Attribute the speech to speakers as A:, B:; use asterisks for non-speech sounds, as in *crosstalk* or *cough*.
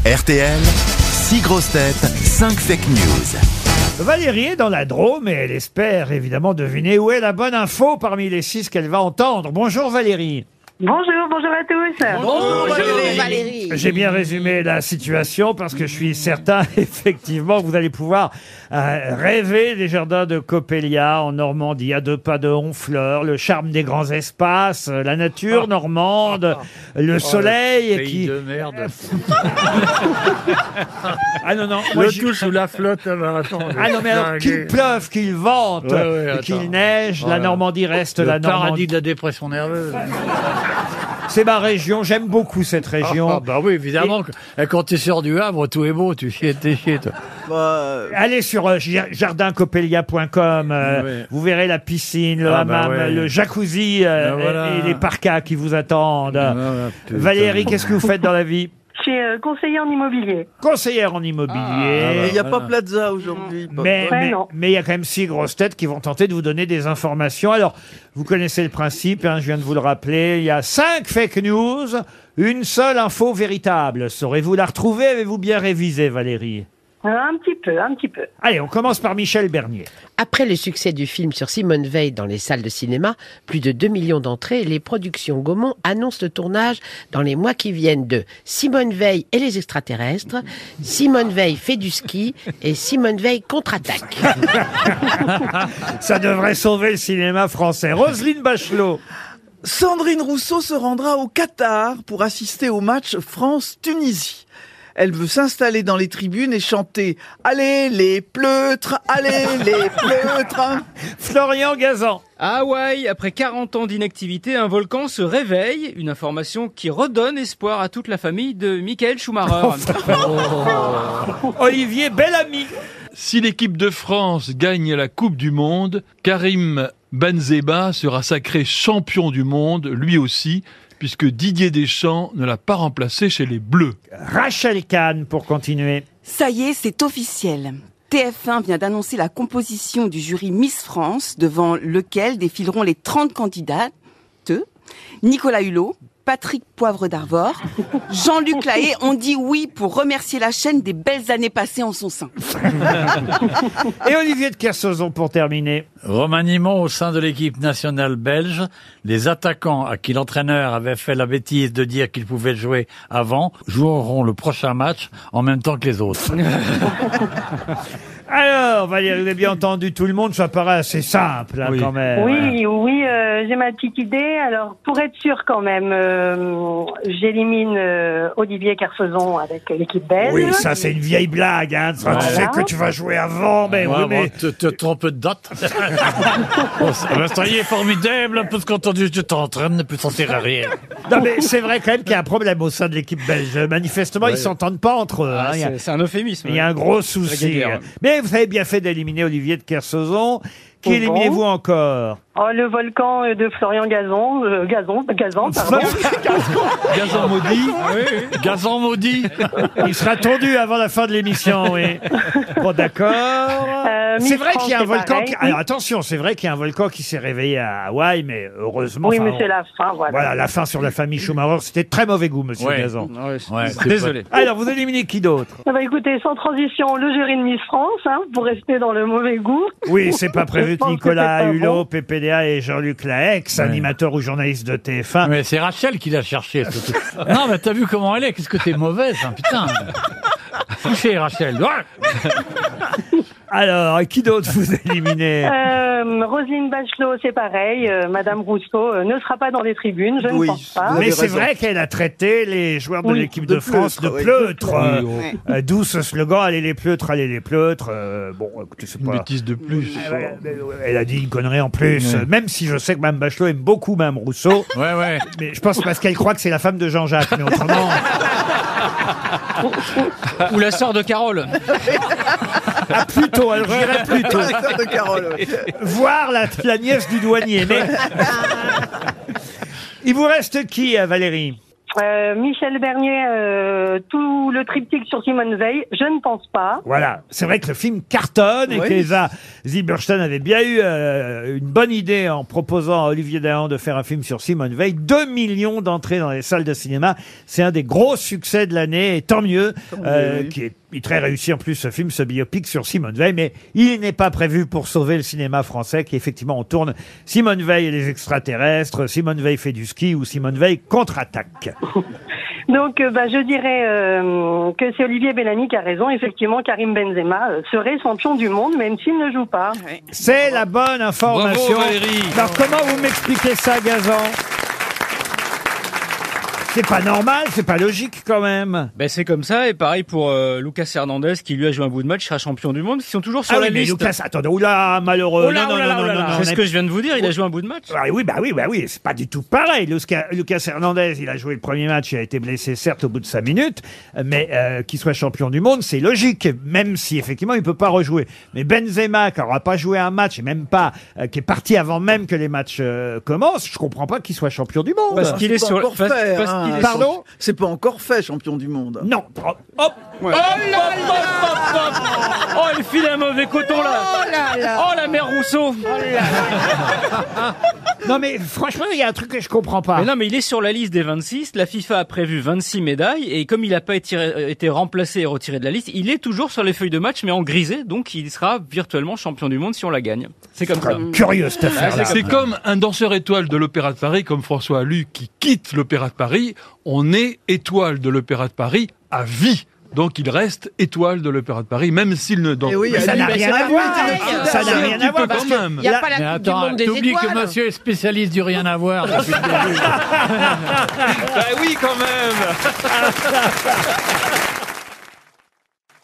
A: RTL, 6 grosses têtes, 5 fake news.
B: Valérie est dans la Drôme et elle espère évidemment deviner où est la bonne info parmi les six qu'elle va entendre. Bonjour Valérie.
C: Bonjour, bonjour à tous.
B: J'ai bien résumé la situation parce que je suis certain, *laughs* effectivement, que vous allez pouvoir euh, rêver des jardins de Coppelia en Normandie, à deux pas de Honfleur, le charme des grands espaces, euh, la
D: Ah.
B: nature normande, le soleil qui...
D: Oh, de merde. *laughs*
B: Ah non, non, moi,
D: Le
B: je-
D: tout sous la flotte. euh, bah,
B: Ah non, mais alors qu'il pleuve, qu'il vente,
D: Ouais, ouais,
B: qu'il
D: attends.
B: neige, la
D: Voilà.
B: Normandie reste
D: le
B: la
D: paradis
B: Normandie.
D: de la dépression nerveuse.
B: C'est ma région, j'aime beaucoup cette région.
D: Ah, bah oui, évidemment. que- Quand tu sors du Havre, tout est beau, tu chies, t'es chié. toi.
E: Bah,
B: Allez sur euh, jar- jardincopelia.com, euh,
D: Ouais.
B: vous verrez la piscine, le
D: Ah, bah
B: hammam,
D: ouais.
B: le jacuzzi euh,
D: Ben voilà.
B: et, et les parkas qui vous attendent.
D: Ah, putain.
B: Valérie, qu'est-ce que vous faites dans la vie
C: Je suis euh, conseillère en immobilier.
B: Conseillère en immobilier.
E: Il n'y a pas
D: Voilà.
E: Plaza aujourd'hui. papa.
B: mais
C: Ouais,
B: mais-
C: non.
B: mais il y a quand même six grosses têtes qui vont tenter de vous donner des informations. Alors, vous connaissez le principe, hein, je viens de vous le rappeler. Il y a cinq fake news, une seule info véritable. Saurez-vous la retrouver Avez-vous bien révisé, Valérie
C: Euh, un petit peu, un petit peu.
B: Allez, on commence par Michel Bernier.
F: Après le succès du film sur Simone Veil dans les salles de cinéma, plus de 2 millions d'entrées, les productions Gaumont annoncent le tournage dans les mois qui viennent de Simone Veil et les extraterrestres, Simone Veil fait du ski et Simone Veil
D: *laughs*
F: contre-attaque.
B: Ça devrait sauver le cinéma français. Roselyne Bachelot.
E: Sandrine Rousseau se rendra au Qatar pour assister au match France-Tunisie. Elle veut s'installer dans les tribunes et chanter Allez les pleutres, allez les pleutres.
B: Florian Gazan.
G: À Hawaï, après 40 ans d'inactivité, un volcan se réveille, une information qui redonne espoir à toute la famille de Michael *laughs* Schumacher.
B: Olivier Bellamy.
H: Si l'équipe de France gagne la Coupe du Monde, Karim Benzema sera sacré champion du monde, lui aussi, puisque Didier Deschamps ne l'a pas remplacé chez les Bleus.
B: Rachel Kahn pour continuer.
I: Ça y est, c'est officiel. TF1 vient d'annoncer la composition du jury Miss France, devant lequel défileront les 30 candidats. Nicolas Hulot, Patrick Poivre d'Arvor, Jean-Luc Lahaye ont dit oui pour remercier la chaîne des belles années passées en son sein.
B: Et Olivier de Kersauzon pour terminer.
D: Remaniement au sein de l'équipe nationale belge. Les attaquants à qui l'entraîneur avait fait la bêtise de dire qu'ils pouvaient jouer avant joueront le prochain match en même temps que les autres.
B: Alors, Valérie, vous avez bien entendu tout le monde, ça paraît assez simple hein,
D: Oui.
B: quand même.
C: Oui, oui, euh, j'ai ma petite idée. Alors, pour être sûr quand même, euh, j'élimine euh, Olivier Carcezon avec l'équipe belge.
B: Oui, ça c'est une vieille blague. Hein. Ça, Tu sais
C: Voilà.
B: que tu vas jouer avant, mais
D: Ouais,
B: Eh oui,
D: bon,
B: mais
D: te, te trompes
B: *laughs*
D: de date. Bon, ça- ben, ça y est, formidable, parce qu'en entendu, je t'entraîne, ne plus t'en tirer à rien.
B: non, mais c'est vrai quand même qu'il y a un problème au sein de l'équipe belge. Manifestement, ils s'entendent pas entre eux. hein. Il y a-
G: Ah, C'est un euphémisme.
B: Il y a un gros souci.
G: guéguerre.
B: Mais vous avez bien fait d'éliminer Olivier de Kersauzon. Qui
C: Bon.
B: éliminez-vous encore
C: Oh, le volcan euh, de Florian Gazon, euh, Gazon, Gazan, pardon.
H: Gazan maudit,
D: Ah
H: Ah
D: Gazan maudit.
B: *laughs* Il sera tendu avant la fin de l'émission,
C: *laughs*
B: oui. Bon, d'accord.
C: Euh, Miss
B: C'est vrai
C: France,
B: qu'il y a un
C: c'est
B: volcan.
C: pareil.
B: Qui... Alors attention, c'est vrai qu'il y a un volcan qui s'est réveillé à Hawaï, mais heureusement.
C: Oui,
B: enfin,
C: mais c'est
B: on-
C: la fin, voilà.
B: Voilà, la fin sur la famille Schumacher, c'était de très mauvais goût, monsieur
D: Ouais.
B: Gazan.
D: Ouais, c'est
G: Désolé.
B: Alors, vous éliminez qui d'autre
C: Ah bah, écoutez, sans transition, le jury de Miss France, hein, pour rester dans le mauvais goût.
B: Oui, c'est pas prévu
C: Je
B: que
C: pense que
B: Nicolas
C: c'est pas
B: Hulot,
C: bon.
B: PPDA et Jean-Luc Laex, animateur ou journaliste de TF1.
D: Mais c'est Rachel qui l'a cherché. ce truc. non, mais t'as vu comment elle est Qu'est-ce que t'es mauvaise, hein, putain. Couché, Rachel. Ouais.
B: Alors, qui d'autre vous *laughs* éliminez
C: Euh, Roselyne Bachelot, c'est pareil. euh, Madame Rousseau euh, ne sera pas dans les tribunes, je ne
E: Oui.
C: pense pas.
E: Vous avez
B: Mais c'est
E: raison.
B: vrai qu'elle a traité les joueurs de
C: Ah, Oui,
B: l'équipe de,
E: de
B: France
E: pleutres,
B: de
E: oui.
B: pleutres. euh,
I: Ouais.
B: euh, D'où ce slogan Allez les pleutres, allez les pleutres. Euh, bon, écoutez, c'est
H: une
B: pas.
H: bêtise de plus.
B: Ouais, mais, euh, Elle a dit une connerie en plus, euh, même si je sais que Mme Bachelot aime beaucoup Mme Rousseau,
D: Ouais, ouais.
B: mais je pense parce qu'elle croit que c'est la femme de Jean-Jacques, mais autrement.
G: Ou la sœur de Carole.
B: Ah, plutôt, elle dirait plutôt.
E: Ah, sœur de Carole. ouais.
B: Voir la, la nièce du douanier. Mais... *laughs* Il vous reste qui, euh, Valérie
C: Euh, Michel Bernier, euh, tous le triptyque sur Simone Veil Je ne pense pas.
B: Voilà, c'est vrai que le film cartonne et
C: Oui.
B: qu'Eva Zilberstein avait bien eu euh, une bonne idée en proposant à Olivier Dahan de faire un film sur Simone Veil. 2 millions d'entrées dans les salles de cinéma, c'est un des gros succès de l'année et tant mieux, euh,
J: mieux, oui.
B: qui est est très réussi en plus ce film, ce biopic sur Simone Veil, mais il n'est pas prévu pour sauver le cinéma français qui effectivement on tourne Simone Veil et les extraterrestres, Simone Veil fait du ski ou Simone Veil contre-attaque.
C: Donc, euh, bah, je dirais euh, que c'est Olivier Bellamy qui a raison. Effectivement, Karim Benzema euh, serait champion du monde, même s'il ne joue pas.
B: C'est la bonne information.
C: Bravo, Valérie.
B: Alors comment vous m'expliquez ça, Gazan C'est pas normal, c'est pas logique quand même.
G: Ben c'est comme ça et pareil pour euh, Lucas Hernandez qui lui a joué un bout de match, sera champion du monde. Ils sont toujours sur
B: Ah
G: la
B: oui, mais
G: liste.
B: Lucas, attendez, oula, malheureux.
G: Oh là,
B: Non, non,
G: oh là
B: non,
G: là,
B: non,
G: oh là
B: non,
G: là.
B: non,
G: C'est ce
B: mais-
G: que je viens de vous dire, il a joué un bout de match.
B: Ah oui, bah oui, bah oui, c'est pas du tout pareil. Lucas, Lucas Hernandez, il a joué le premier match, il a été blessé certes au bout de cinq minutes, mais euh, qu'il soit champion du monde, c'est logique, même si effectivement il peut pas rejouer. Mais Benzema, qui n'aura pas joué un match, et même pas, euh, qui est parti avant même que les matchs euh, commencent, je comprends pas qu'il soit champion du monde.
E: Parce qu'il est sur encore fait. hein.
B: Pardon
E: C'est pas encore fait, champion du monde.
B: Non. Hop.
G: Oh là là Oh, elle file un mauvais coton là
J: Oh là là.
G: Oh la mère Rousseau
B: Non mais franchement, il y a un truc que je comprends pas.
G: Mais non, mais il est sur la liste des 26. La FIFA a prévu 26 médailles et comme il n'a pas été, euh, été remplacé et retiré de la liste, il est toujours sur les feuilles de match mais en grisé, donc il sera virtuellement champion du monde si on la gagne. C'est comme ça.
B: Curieux cette affaire.
G: Ouais,
H: C'est comme un danseur étoile de l'Opéra de Paris, comme François Allu, qui quitte l'Opéra de Paris. On est étoile de l'Opéra de Paris à vie. Donc il reste étoile de l'Opéra de Paris, même s'il ne danse
E: Eh oui,
H: plus.
E: elle
B: Ça n'a
E: Mais
B: rien
E: ça
B: à
E: n'a
B: voir.
E: rien à voir.
B: Ça n'a
E: C'est un
B: rien
H: petit
B: à voir
H: peu
B: parce
H: quand
B: que
H: même.
F: Il n'y a pas
D: Mais
F: la Coupe du
D: attends,
F: Monde des
D: t'oublies que
F: étoiles.
D: monsieur est spécialiste du rien à voir. depuis le début.
H: Bah oui, quand même